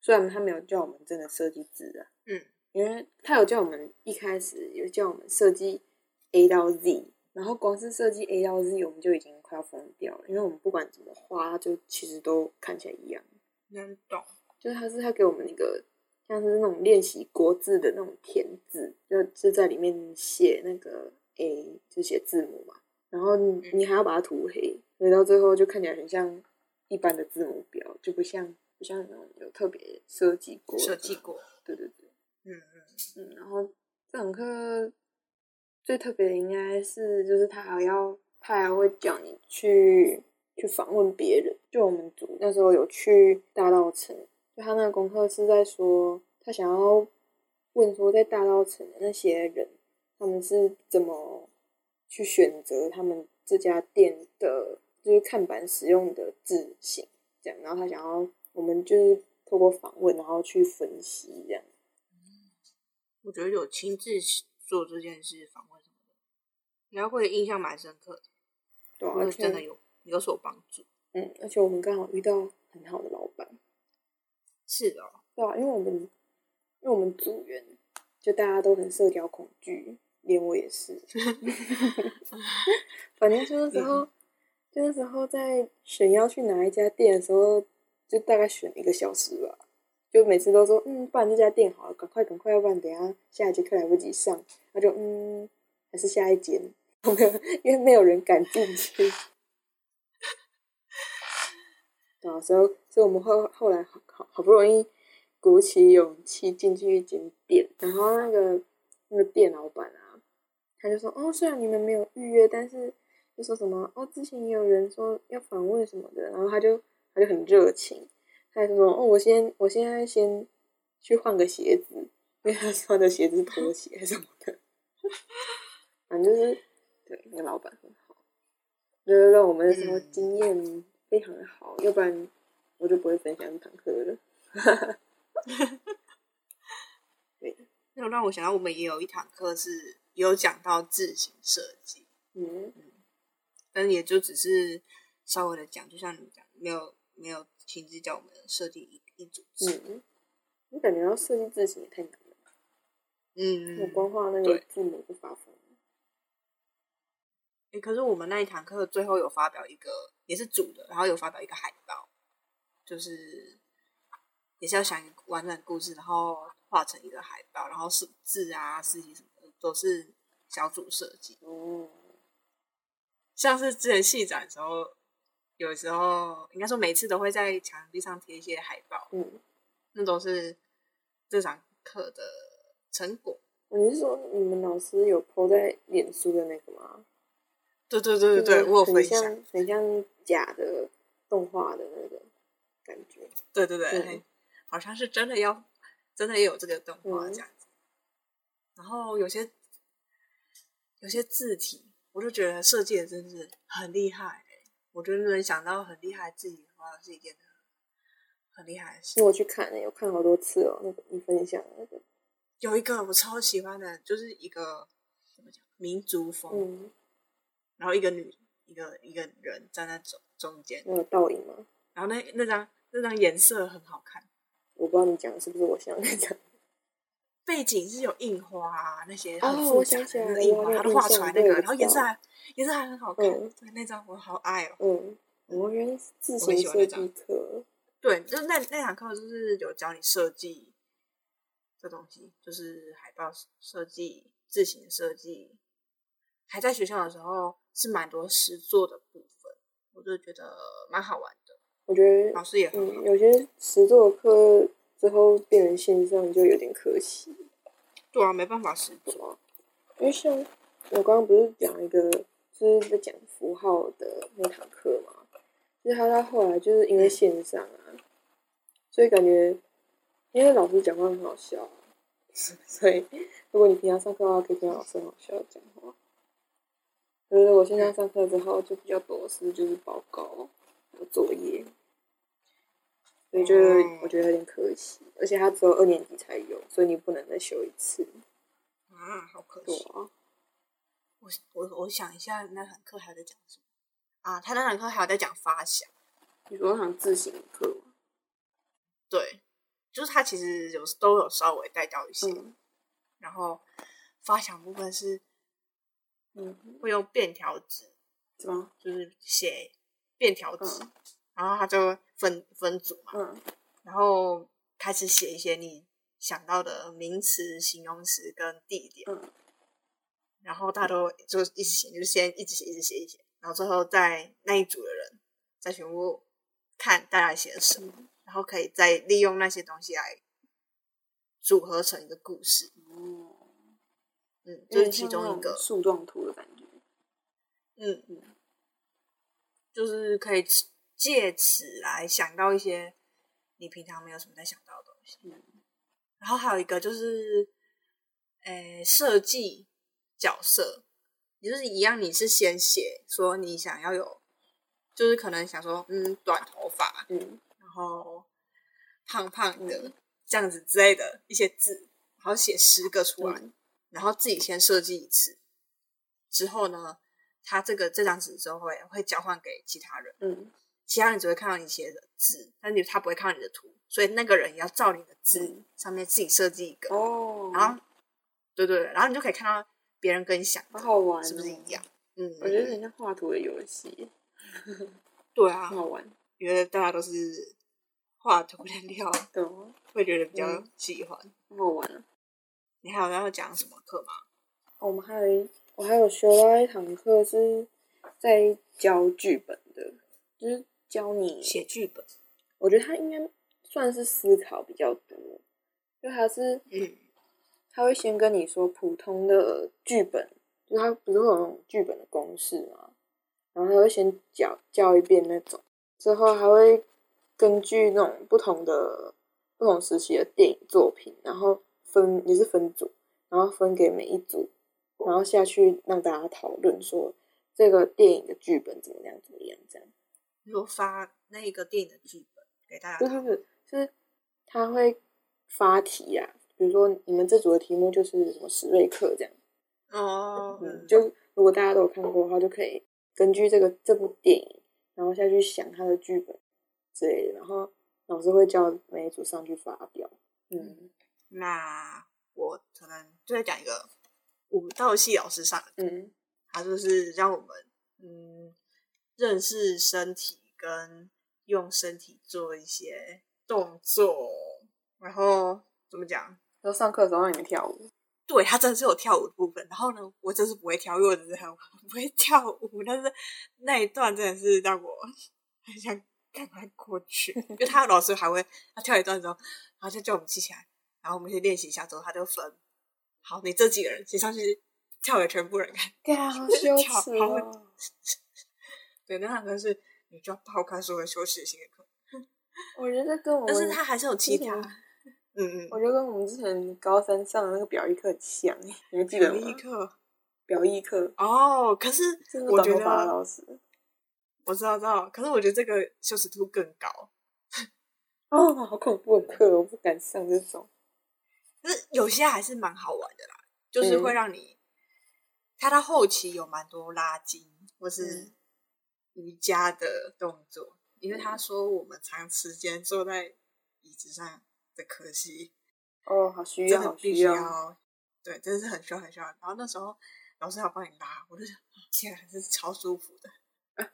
Speaker 2: 虽然他没有叫我们真的设计字啊，
Speaker 1: 嗯，
Speaker 2: 因为他有叫我们一开始有叫我们设计 A 到 Z，然后光是设计 A 到 Z，我们就已经快要疯掉了，因为我们不管怎么画，就其实都看起来一样。
Speaker 1: 能懂，
Speaker 2: 就是他是他给我们一个像是那种练习国字的那种填字，就就在里面写那个 A 就写字母嘛，然后你
Speaker 1: 嗯
Speaker 2: 你还要把它涂黑，所以到最后就看起来很像一般的字母表，就不像不像那种有特别设计过的
Speaker 1: 设计，过，
Speaker 2: 对对对。
Speaker 1: 嗯嗯，
Speaker 2: 嗯，然后这堂课最特别的应该是，就是他还要他还会叫你去去访问别人。就我们组那时候有去大稻城，就他那个功课是在说，他想要问说在大稻城的那些人，他们是怎么去选择他们这家店的，就是看板使用的字型这样。然后他想要我们就是透过访问，然后去分析这样。
Speaker 1: 我觉得有亲自做这件事访问什么的，应该会印象蛮深刻的，
Speaker 2: 对啊，
Speaker 1: 会
Speaker 2: 而
Speaker 1: 真的
Speaker 2: 且
Speaker 1: 有有所帮助。
Speaker 2: 嗯，而且我们刚好遇到很好的老板，
Speaker 1: 是的哦，
Speaker 2: 对啊，因为我们因为我们组员就大家都很社交恐惧，连我也是。反正就那时候，就那时候在选要去哪一家店的时候，就大概选一个小时吧。就每次都说，嗯，不然这家店好了，赶快赶快，要不然等一下下一节课来不及上。那就嗯，还是下一间， 没有，因为没有人敢进去。对啊，所以所以我们后后来好好好不容易鼓起勇气进去一间店，然后那个那个店老板啊，他就说哦，虽然你们没有预约，但是就说什么哦，之前也有人说要访问什么的，然后他就他就很热情，他就说哦，我先我现在先去换个鞋子，因为他穿的鞋子是拖鞋什么的，反正就是对那个老板很好，就是让我们那时候
Speaker 1: 嗯
Speaker 2: 经验非常的好，要不然我就不会分享这堂课了。
Speaker 1: 那让我想到我们也有一堂课是有讲到字形设计，
Speaker 2: 嗯，
Speaker 1: 但也就只是稍微的讲，就像你讲，没有没有亲自教我们设计一一组字。
Speaker 2: 嗯，我感觉要设计字形也太难了，
Speaker 1: 嗯，
Speaker 2: 我光画那个
Speaker 1: 对
Speaker 2: 字母就发疯了。
Speaker 1: 欸可是我们那一堂课最后有发表一个，也是组的，然后有发表一个海报，就是也是要想一个完整的故事，然后画成一个海报，然后是字啊、事情什么的都是小组设计。
Speaker 2: 哦，
Speaker 1: 像是之前戏展的时候，有时候应该说每次都会在墙壁上贴一些海报，
Speaker 2: 嗯，
Speaker 1: 那都是这堂课的成果。
Speaker 2: 你是说你们老师有 po 在脸书的那个吗？
Speaker 1: 对对对对对，
Speaker 2: 就是
Speaker 1: 我有
Speaker 2: 嗯很
Speaker 1: 分享。
Speaker 2: 像很像假的动画的那个感觉。
Speaker 1: 对对对，
Speaker 2: 嗯
Speaker 1: 好像是真的要真的也有这个动画
Speaker 2: 嗯
Speaker 1: 这样子。然后有些有些字体，我就觉得设计的真是很厉害、欸我觉得能想到很厉害的字体的话，是一件很厉害的事
Speaker 2: 因。为我去看了，有看好多次哦，那个你分享的那个，
Speaker 1: 有一个我超喜欢的，就是一个怎么讲民族风，
Speaker 2: 嗯，
Speaker 1: 然后一个女一个一个人站在中中间，
Speaker 2: 那个倒影吗？
Speaker 1: 然后那那张那张颜色很好看，
Speaker 2: 我不知道你讲的是不是我想的讲。
Speaker 1: 背景是有印花、啊、那些
Speaker 2: 哦
Speaker 1: 很
Speaker 2: 我
Speaker 1: 复杂
Speaker 2: 想起
Speaker 1: 的那
Speaker 2: 来
Speaker 1: 个
Speaker 2: 了
Speaker 1: 印
Speaker 2: 我
Speaker 1: 花，
Speaker 2: 有
Speaker 1: 它都
Speaker 2: 印
Speaker 1: 画出
Speaker 2: 象
Speaker 1: 来那
Speaker 2: 对
Speaker 1: 个
Speaker 2: 我，
Speaker 1: 然后
Speaker 2: 知
Speaker 1: 颜色
Speaker 2: 道
Speaker 1: 还颜色还很好看，
Speaker 2: 嗯
Speaker 1: 对那张我好爱哦。
Speaker 2: 嗯，我原来是字
Speaker 1: 我很
Speaker 2: 形
Speaker 1: 喜欢那
Speaker 2: 设
Speaker 1: 张
Speaker 2: 计课。
Speaker 1: 对，就是那那堂课就是有教你设计这东西，就是海报设计、字形设计。还在学校的时候是蛮多实作的部分，我就觉得蛮好玩的，
Speaker 2: 我觉得
Speaker 1: 老师也很好
Speaker 2: 嗯，。有些实作课之后变成线上就有点可惜，
Speaker 1: 对啊，没办法实
Speaker 2: 什
Speaker 1: 作。
Speaker 2: 么？因为像我刚刚不是讲一个，就是在讲符号的那堂课嘛，就是他到后来就是因为线上啊，所以感觉因为老师讲话很好笑、啊， 所以如果你平常上课的话，可以听到老师很好笑的讲话。可是我现在上课之后就比较多是就是报告还有作业，所以就是
Speaker 1: 哦
Speaker 2: 我觉得有点可惜，而且他只有二年级才有，所以你不能再修一次。
Speaker 1: 啊，好可
Speaker 2: 对
Speaker 1: 惜。
Speaker 2: 啊，
Speaker 1: 我我我想一下，那堂课还在讲什么啊？他那堂课还有在讲发想。
Speaker 2: 你说想自行课吗？
Speaker 1: 对，就是他其实有都有稍微带到一些，
Speaker 2: 嗯
Speaker 1: 然后发想部分是
Speaker 2: 嗯，
Speaker 1: 会用便条纸，
Speaker 2: 什么？
Speaker 1: 就是写便条纸，
Speaker 2: 嗯
Speaker 1: 然后他就分分组嘛，
Speaker 2: 嗯
Speaker 1: 然后开始写一些你想到的名词、形容词跟地点，
Speaker 2: 嗯，
Speaker 1: 然后大家都就一起写，就是先一直写，一直写，一直写，然后最后在那一组的人再全部看大家写了什
Speaker 2: 嗯
Speaker 1: 么，然后可以再利用那些东西来组合成一个故事。
Speaker 2: 哦，
Speaker 1: 嗯，
Speaker 2: 有
Speaker 1: 就是
Speaker 2: 点
Speaker 1: 其
Speaker 2: 像
Speaker 1: 中一
Speaker 2: 那
Speaker 1: 个
Speaker 2: 种，树状图的感觉。
Speaker 1: 嗯嗯，就是可以此借此来想到一些你平常没有什么在想到的东西。
Speaker 2: 嗯
Speaker 1: 然后还有一个就是，诶，设计角色，也就是一样，你是先写说你想要有，就是可能想说，嗯，短头发，
Speaker 2: 嗯
Speaker 1: 然后胖胖的、
Speaker 2: 嗯
Speaker 1: 这样子之类的一些字，然后写十个出来，然后自己先设计一次，之后呢，他这个这张纸之后会会交换给其他人，
Speaker 2: 嗯
Speaker 1: 其他人只会看到你写的字，但你他不会看到你的图，所以那个人也要照你的字、
Speaker 2: 嗯
Speaker 1: 上面自己设计一个，
Speaker 2: 哦，
Speaker 1: 然后对对对，然后你就可以看到别人跟你想
Speaker 2: 好
Speaker 1: 的
Speaker 2: 好玩、哦，
Speaker 1: 是不是一样？？嗯，
Speaker 2: 我觉得有点像画图的游戏，
Speaker 1: 对啊
Speaker 2: 很，好玩。
Speaker 1: 觉得大家都是画图的料，
Speaker 2: 对哦，
Speaker 1: 会觉得比较
Speaker 2: 嗯
Speaker 1: 喜欢。
Speaker 2: 很好玩啊！
Speaker 1: 你还有要讲什么课吗？
Speaker 2: 哦我们还有一，我还有修到一堂课是在教剧本的，就是教你
Speaker 1: 写剧本。
Speaker 2: 我觉得他应该算是思考比较多，就他是
Speaker 1: 嗯
Speaker 2: 他会先跟你说普通的剧本，就他不是会有那种剧本的公式嘛，然后他会先教教一遍那种，之后还会根据那种不同的不同时期的电影作品，然后分也是分组，然后分给每一组，然后下去让大家讨论说这个电影的剧本怎么样怎么样这样。
Speaker 1: 你说发那一个电影的剧本给大
Speaker 2: 不
Speaker 1: 家
Speaker 2: 是不是，是他会发题呀、比如说你们这组的题目就是什么史瑞克这样，
Speaker 1: 哦，
Speaker 2: 嗯，
Speaker 1: 嗯
Speaker 2: 就如果大家都有看过的话，就可以根据这个这部电影，然后下去想他的剧本之类的，然后老师会叫每一组上去发表，嗯
Speaker 1: 那我可能就在讲一个武道系老师上的，
Speaker 2: 嗯
Speaker 1: 他就是让我们嗯认识身体跟用身体做一些动作，然后怎么讲？
Speaker 2: 然后上课的时候让你们跳舞，
Speaker 1: 对他真的是有跳舞的部分，然后呢，我真是不会跳，因为我真的很 不会跳舞，但是那一段真的是让我很想赶快过 去，因为他的老师还会他跳一段之后，然后就叫我们记起来，然后我们先练习一下之后，他就分，好，你这几个人先上去跳给全部人看，
Speaker 2: 对啊，好 羞耻
Speaker 1: 跳好
Speaker 2: 哦！
Speaker 1: 对，那堂课是你就要爆开所有羞耻心的课，
Speaker 2: 我觉得跟我们，
Speaker 1: 但是他还是有其他，
Speaker 2: 嗯
Speaker 1: 嗯
Speaker 2: 我
Speaker 1: 嗯，
Speaker 2: 觉得跟我们之前高三上的那个表意课很像，你们记得
Speaker 1: 有
Speaker 2: 吗
Speaker 1: 一？课
Speaker 2: 表意课
Speaker 1: 哦，可是
Speaker 2: 是那
Speaker 1: 我
Speaker 2: 个
Speaker 1: 觉
Speaker 2: 短头发的
Speaker 1: 得
Speaker 2: 老师。
Speaker 1: 我知道知道，可是我觉得这个羞耻度更高。
Speaker 2: 哦，好恐怖的课，我不敢上这种。
Speaker 1: 但是有些还是蛮好玩的啦，就是
Speaker 2: 嗯
Speaker 1: 会让你，它到后期有蛮多拉筋或是
Speaker 2: 嗯
Speaker 1: 瑜伽的动作，因为他说我们长时间坐在椅子上的可惜，
Speaker 2: 哦，好需要，
Speaker 1: 真的
Speaker 2: 好
Speaker 1: 必
Speaker 2: 需
Speaker 1: 须
Speaker 2: 要。啊
Speaker 1: 要，对，真的是很需要很需要。然后那时候老师还帮你拉，我就想，天啊，真是超舒服的。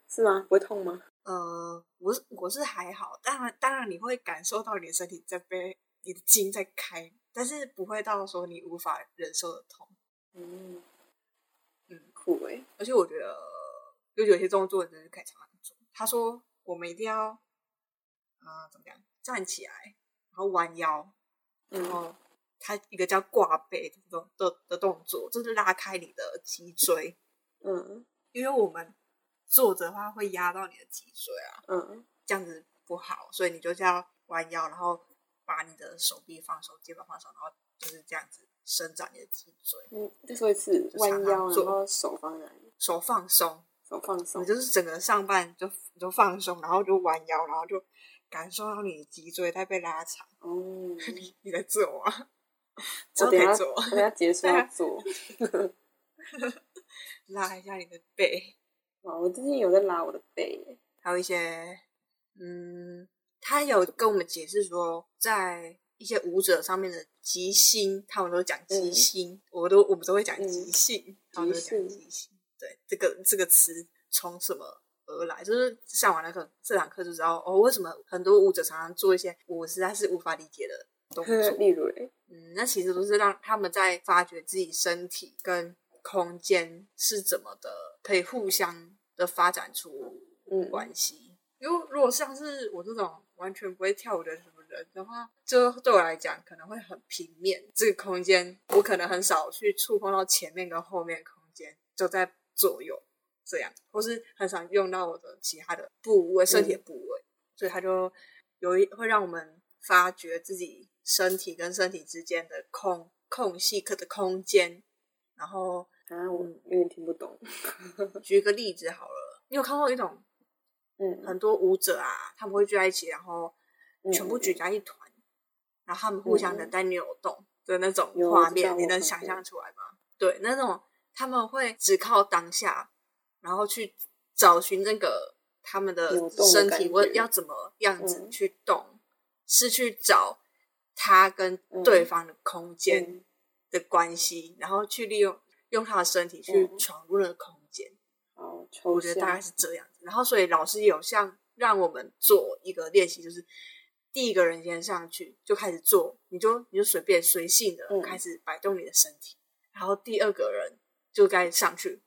Speaker 2: 是吗？不会痛吗？
Speaker 1: 呃，我是我是还好，当然当然你会感受到你的身体在被你的筋在开，但是不会到说你无法忍受的痛。
Speaker 2: 嗯
Speaker 1: 嗯
Speaker 2: 嗯，酷诶、
Speaker 1: 而且我觉得，就有些动作你真的是可以常常做。他说我们一定要，啊、怎么讲，站起来，然后弯腰，然
Speaker 2: 嗯
Speaker 1: 后他一个叫挂背的动的的动作，就是拉开你的脊椎，
Speaker 2: 嗯
Speaker 1: 因为我们坐着的话会压到你的脊椎啊，
Speaker 2: 嗯
Speaker 1: 这样子不好，所以你就是要弯腰，然后把你的手臂放松，肩膀放松，然后就是这样子伸展你的脊椎，
Speaker 2: 嗯，再说一次，
Speaker 1: 就常
Speaker 2: 弯
Speaker 1: 常
Speaker 2: 腰，
Speaker 1: 做
Speaker 2: 然后手放哪里？
Speaker 1: 手放松，
Speaker 2: 手放
Speaker 1: 你
Speaker 2: 松。
Speaker 1: 就是整个上半就就放松，然后就弯腰，然后就感受到你的脊椎在被拉长。
Speaker 2: 哦，我
Speaker 1: 你你在做吗？之后
Speaker 2: 等
Speaker 1: 可以
Speaker 2: 一下我
Speaker 1: 做，
Speaker 2: 等一下结束
Speaker 1: 对啊
Speaker 2: 要做。
Speaker 1: 拉一下你的背，
Speaker 2: 哇，我最近有在拉我的背耶。
Speaker 1: 还有一些，嗯，他有跟我们解释说，在一些舞者上面的即兴，他们都讲即
Speaker 2: 嗯
Speaker 1: 兴，我都我们都会讲
Speaker 2: 嗯
Speaker 1: 即兴，他们都会讲
Speaker 2: 即兴
Speaker 1: 即兴。对，这个这个词从什么而来？就是上完那个这堂课就知道哦，为什么很多舞者常常做一些我实在是无法理解的动作。
Speaker 2: 例如耶，
Speaker 1: 嗯，那其实都是让他们在发掘自己身体跟空间是怎么的，可以互相的发展出
Speaker 2: 嗯，
Speaker 1: 关系。因为如果像是我这种完全不会跳舞的什么人的话，这对我来讲可能会很平面。这个空间我可能很少去触碰到前面跟后面的空间，就在左右这样，或是很少用到我的其他的部位、身体的部位，所以它就有一会让我们发掘自己身体跟身体之间的空空隙、可的空间。然后
Speaker 2: 啊，我
Speaker 1: 嗯
Speaker 2: 有点听不懂。
Speaker 1: 举个例子好了，你有看过一种
Speaker 2: 嗯，
Speaker 1: 很多舞者啊，他们会聚在一起，然后
Speaker 2: 嗯
Speaker 1: 全部聚在一团，然后他们互相的在扭动，的那种
Speaker 2: 有
Speaker 1: 画
Speaker 2: 我知道
Speaker 1: 面，你
Speaker 2: 我
Speaker 1: 能
Speaker 2: 看
Speaker 1: 想
Speaker 2: 过
Speaker 1: 象出来吗？对，那种他们会只靠当下，然后去找寻那个他们的
Speaker 2: 扭动的
Speaker 1: 身
Speaker 2: 感
Speaker 1: 体
Speaker 2: 觉
Speaker 1: 或要怎么样子
Speaker 2: 嗯
Speaker 1: 去动，是去找他跟
Speaker 2: 嗯
Speaker 1: 对方的空间
Speaker 2: 嗯
Speaker 1: 的关系，然后去利用用他的身体去
Speaker 2: 嗯
Speaker 1: 闯入那个空间。
Speaker 2: 好抽
Speaker 1: 我觉得大概
Speaker 2: 象，
Speaker 1: 是这样子。然后，所以老师有像让我们做一个练习，就是第一个人先上去就开始做，你就你就随便随性的
Speaker 2: 嗯
Speaker 1: 开始摆动你的身体，然后第二个人就该上去，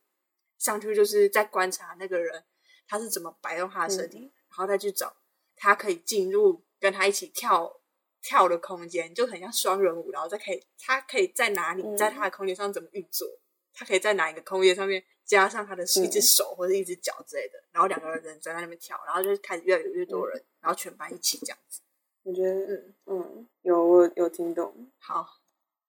Speaker 1: 上去就是在观察那个人他是怎么摆动他的身体，
Speaker 2: 嗯
Speaker 1: 然后再去找他可以进入跟他一起跳。跳的空间就很像双人舞，然后再可以，他可以在哪里，
Speaker 2: 嗯
Speaker 1: 在他的空间上怎么运作，他可以在哪一个空间上面加上他的一只手或者一只脚之类的，然后两个人站在那边跳，然后就开始越来越多人，然后全班一起这样子。
Speaker 2: 我觉得
Speaker 1: 嗯，
Speaker 2: 嗯，有我有听懂，
Speaker 1: 好，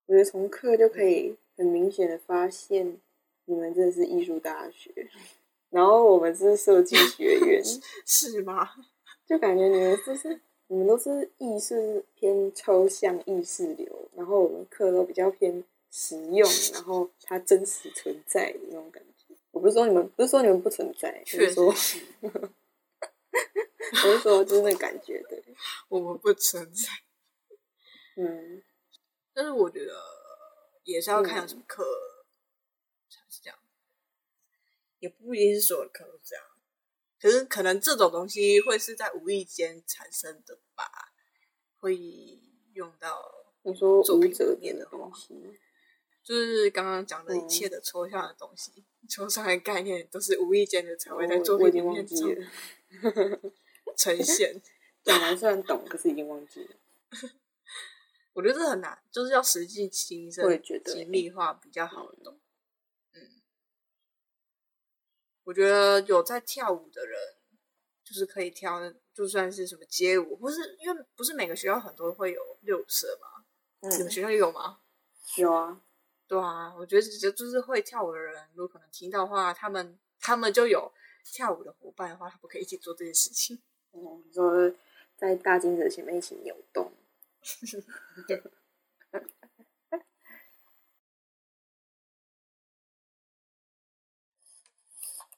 Speaker 2: 我觉得从课就可以很明显的发现，你们真的是艺术大学， 然后我们是设计学 院，
Speaker 1: 是吗？
Speaker 2: 就感觉你们就是你们都是意识偏抽象意识流，然后我们课都比较偏实用，然后它真实存在的那种感觉。我不是说你们，不是说你们不存在，我
Speaker 1: 确
Speaker 2: 是
Speaker 1: 实
Speaker 2: 说， 我是说就是那感觉的，
Speaker 1: 我们不存在，
Speaker 2: 嗯，
Speaker 1: 但是我觉得也是要看有什么课才是这样，也不一定是所有的课都这样，可是可能这种东西会是在无意间产生的吧，会用到
Speaker 2: 你说
Speaker 1: 作
Speaker 2: 舞
Speaker 1: 品
Speaker 2: 者
Speaker 1: 里面
Speaker 2: 的
Speaker 1: 的话
Speaker 2: 东西，
Speaker 1: 就是刚刚讲的一
Speaker 2: 嗯
Speaker 1: 切的抽象的东西，抽象的概念都是无意间的才
Speaker 2: 我
Speaker 1: 会在作
Speaker 2: 哦我已
Speaker 1: 品里
Speaker 2: 经忘
Speaker 1: 面
Speaker 2: 记了。
Speaker 1: 呈现。
Speaker 2: 讲啊完虽然懂，可是已经忘记了。
Speaker 1: 我觉得这很难，就是要实际亲身
Speaker 2: 我也觉得欸
Speaker 1: 经历化比较好懂。嗯，我觉得有在跳舞的人，就是可以跳，就算是什么街舞，不是因为不是每个学校很多会有六舞社嘛？
Speaker 2: 嗯
Speaker 1: 你们学校有吗？
Speaker 2: 有啊，
Speaker 1: 对啊，我觉得就就是会跳舞的人，如果可能听到的话，他们他们就有跳舞的伙伴的话，他们可以一起做这件事情。
Speaker 2: 嗯，你说在大镜子前面一起扭 动，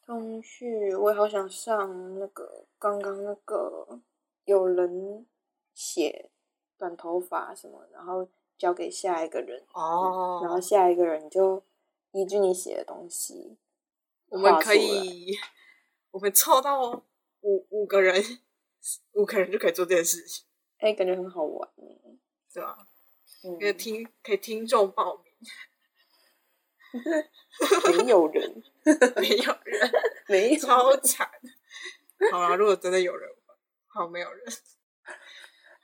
Speaker 2: 通讯，我也好想上那个刚刚那个有人写短头发什么，然后交给下一个人，
Speaker 1: 哦
Speaker 2: 然后下一个人就依据你写的东西，
Speaker 1: 我们
Speaker 2: 画
Speaker 1: 可
Speaker 2: 出
Speaker 1: 以，我们凑到五五个人，五个人就可以做这件事情，
Speaker 2: 哎、感觉很好玩耶
Speaker 1: 对吧？
Speaker 2: 嗯，
Speaker 1: 可以听，可以听众报名，
Speaker 2: 没有人，
Speaker 1: 没有人，
Speaker 2: 没有
Speaker 1: 超惨。好啦，如果真的有人，好没有人，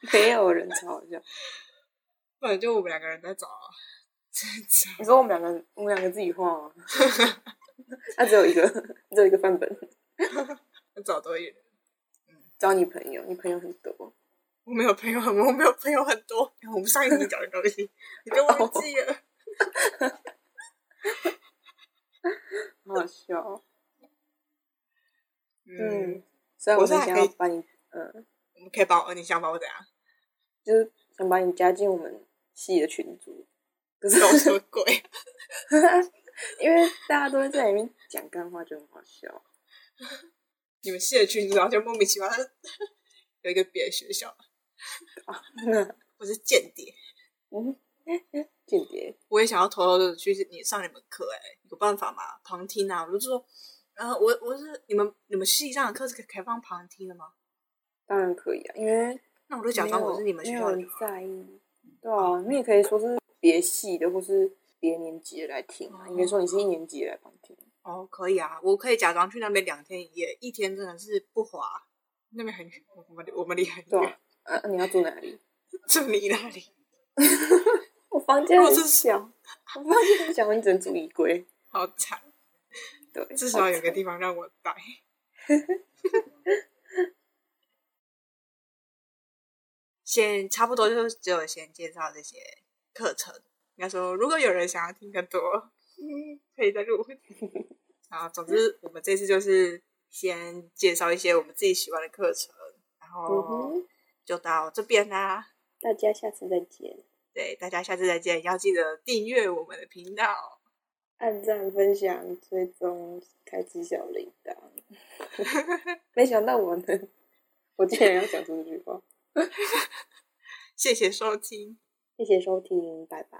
Speaker 2: 没有人，超好笑。
Speaker 1: 不然就我们两个人在找啊，真找。
Speaker 2: 你说我们两个，我们两个自己画 吗？ 他、只有一个， 只有一个范本。
Speaker 1: 找多一点。
Speaker 2: 找你朋友，你朋友很多。
Speaker 1: 我没有朋友很，我没有朋友很多。哦我们上一集讲的东西，你 都忘记了。
Speaker 2: 好好笑哦。
Speaker 1: 嗯
Speaker 2: 嗯，，虽然我
Speaker 1: 我是
Speaker 2: 们
Speaker 1: 还
Speaker 2: 想
Speaker 1: 可
Speaker 2: 要
Speaker 1: 以
Speaker 2: 把你，嗯，
Speaker 1: 我们可以把我，你想把我怎样？
Speaker 2: 就是想把你加进我们系的群组，可是
Speaker 1: 搞什么鬼？
Speaker 2: 因为大家都会在里面讲干话，就很好笑。
Speaker 1: 你们系的群主，然后就莫名其妙有一个别的学校，我是间谍，
Speaker 2: 嗯，间谍，
Speaker 1: 我也想要偷偷的去你上你们课，哎，有办法吗？旁听啊，我就说，呃，我我是你们你们系上的课是可以开放旁听的吗？
Speaker 2: 当然可以啊，因为
Speaker 1: 那我就假装我是你们学
Speaker 2: 没
Speaker 1: 校的
Speaker 2: 有人
Speaker 1: 就好，哦
Speaker 2: 在意。对啊，你也可以说是别系的，或是别年级的来听啊。
Speaker 1: 哦
Speaker 2: 你可以说你是一年级的来旁听。
Speaker 1: 哦，可以啊，我可以假装去那边两天一夜，一天真的是不滑，那边很远，我们我们离很
Speaker 2: 对
Speaker 1: 远，
Speaker 2: 啊，啊，你要住哪里？
Speaker 1: 就离那里。
Speaker 2: 我房间很
Speaker 1: 哦这是
Speaker 2: 小， 我房间很小，你只能住衣柜。
Speaker 1: 好惨，
Speaker 2: 对，
Speaker 1: 至少有个
Speaker 2: 方。
Speaker 1: 地方让我待。 先差不多就是只有先介绍这些课程。应该说，如果有人想要听更多，嗯，可以再 录。啊，总之我们这次就是先介绍一些我们自己喜欢的课程，然
Speaker 2: 嗯
Speaker 1: 后
Speaker 2: 哼，
Speaker 1: 就到这边啦。
Speaker 2: 大家下次再见。
Speaker 1: 对，大家下次再见，要记得订阅我们的频道。
Speaker 2: 按赞、分享、追踪、开启小铃 铛。没想到我能， 我竟然要讲出这句话。
Speaker 1: 谢谢收听。
Speaker 2: 谢谢收听，拜拜。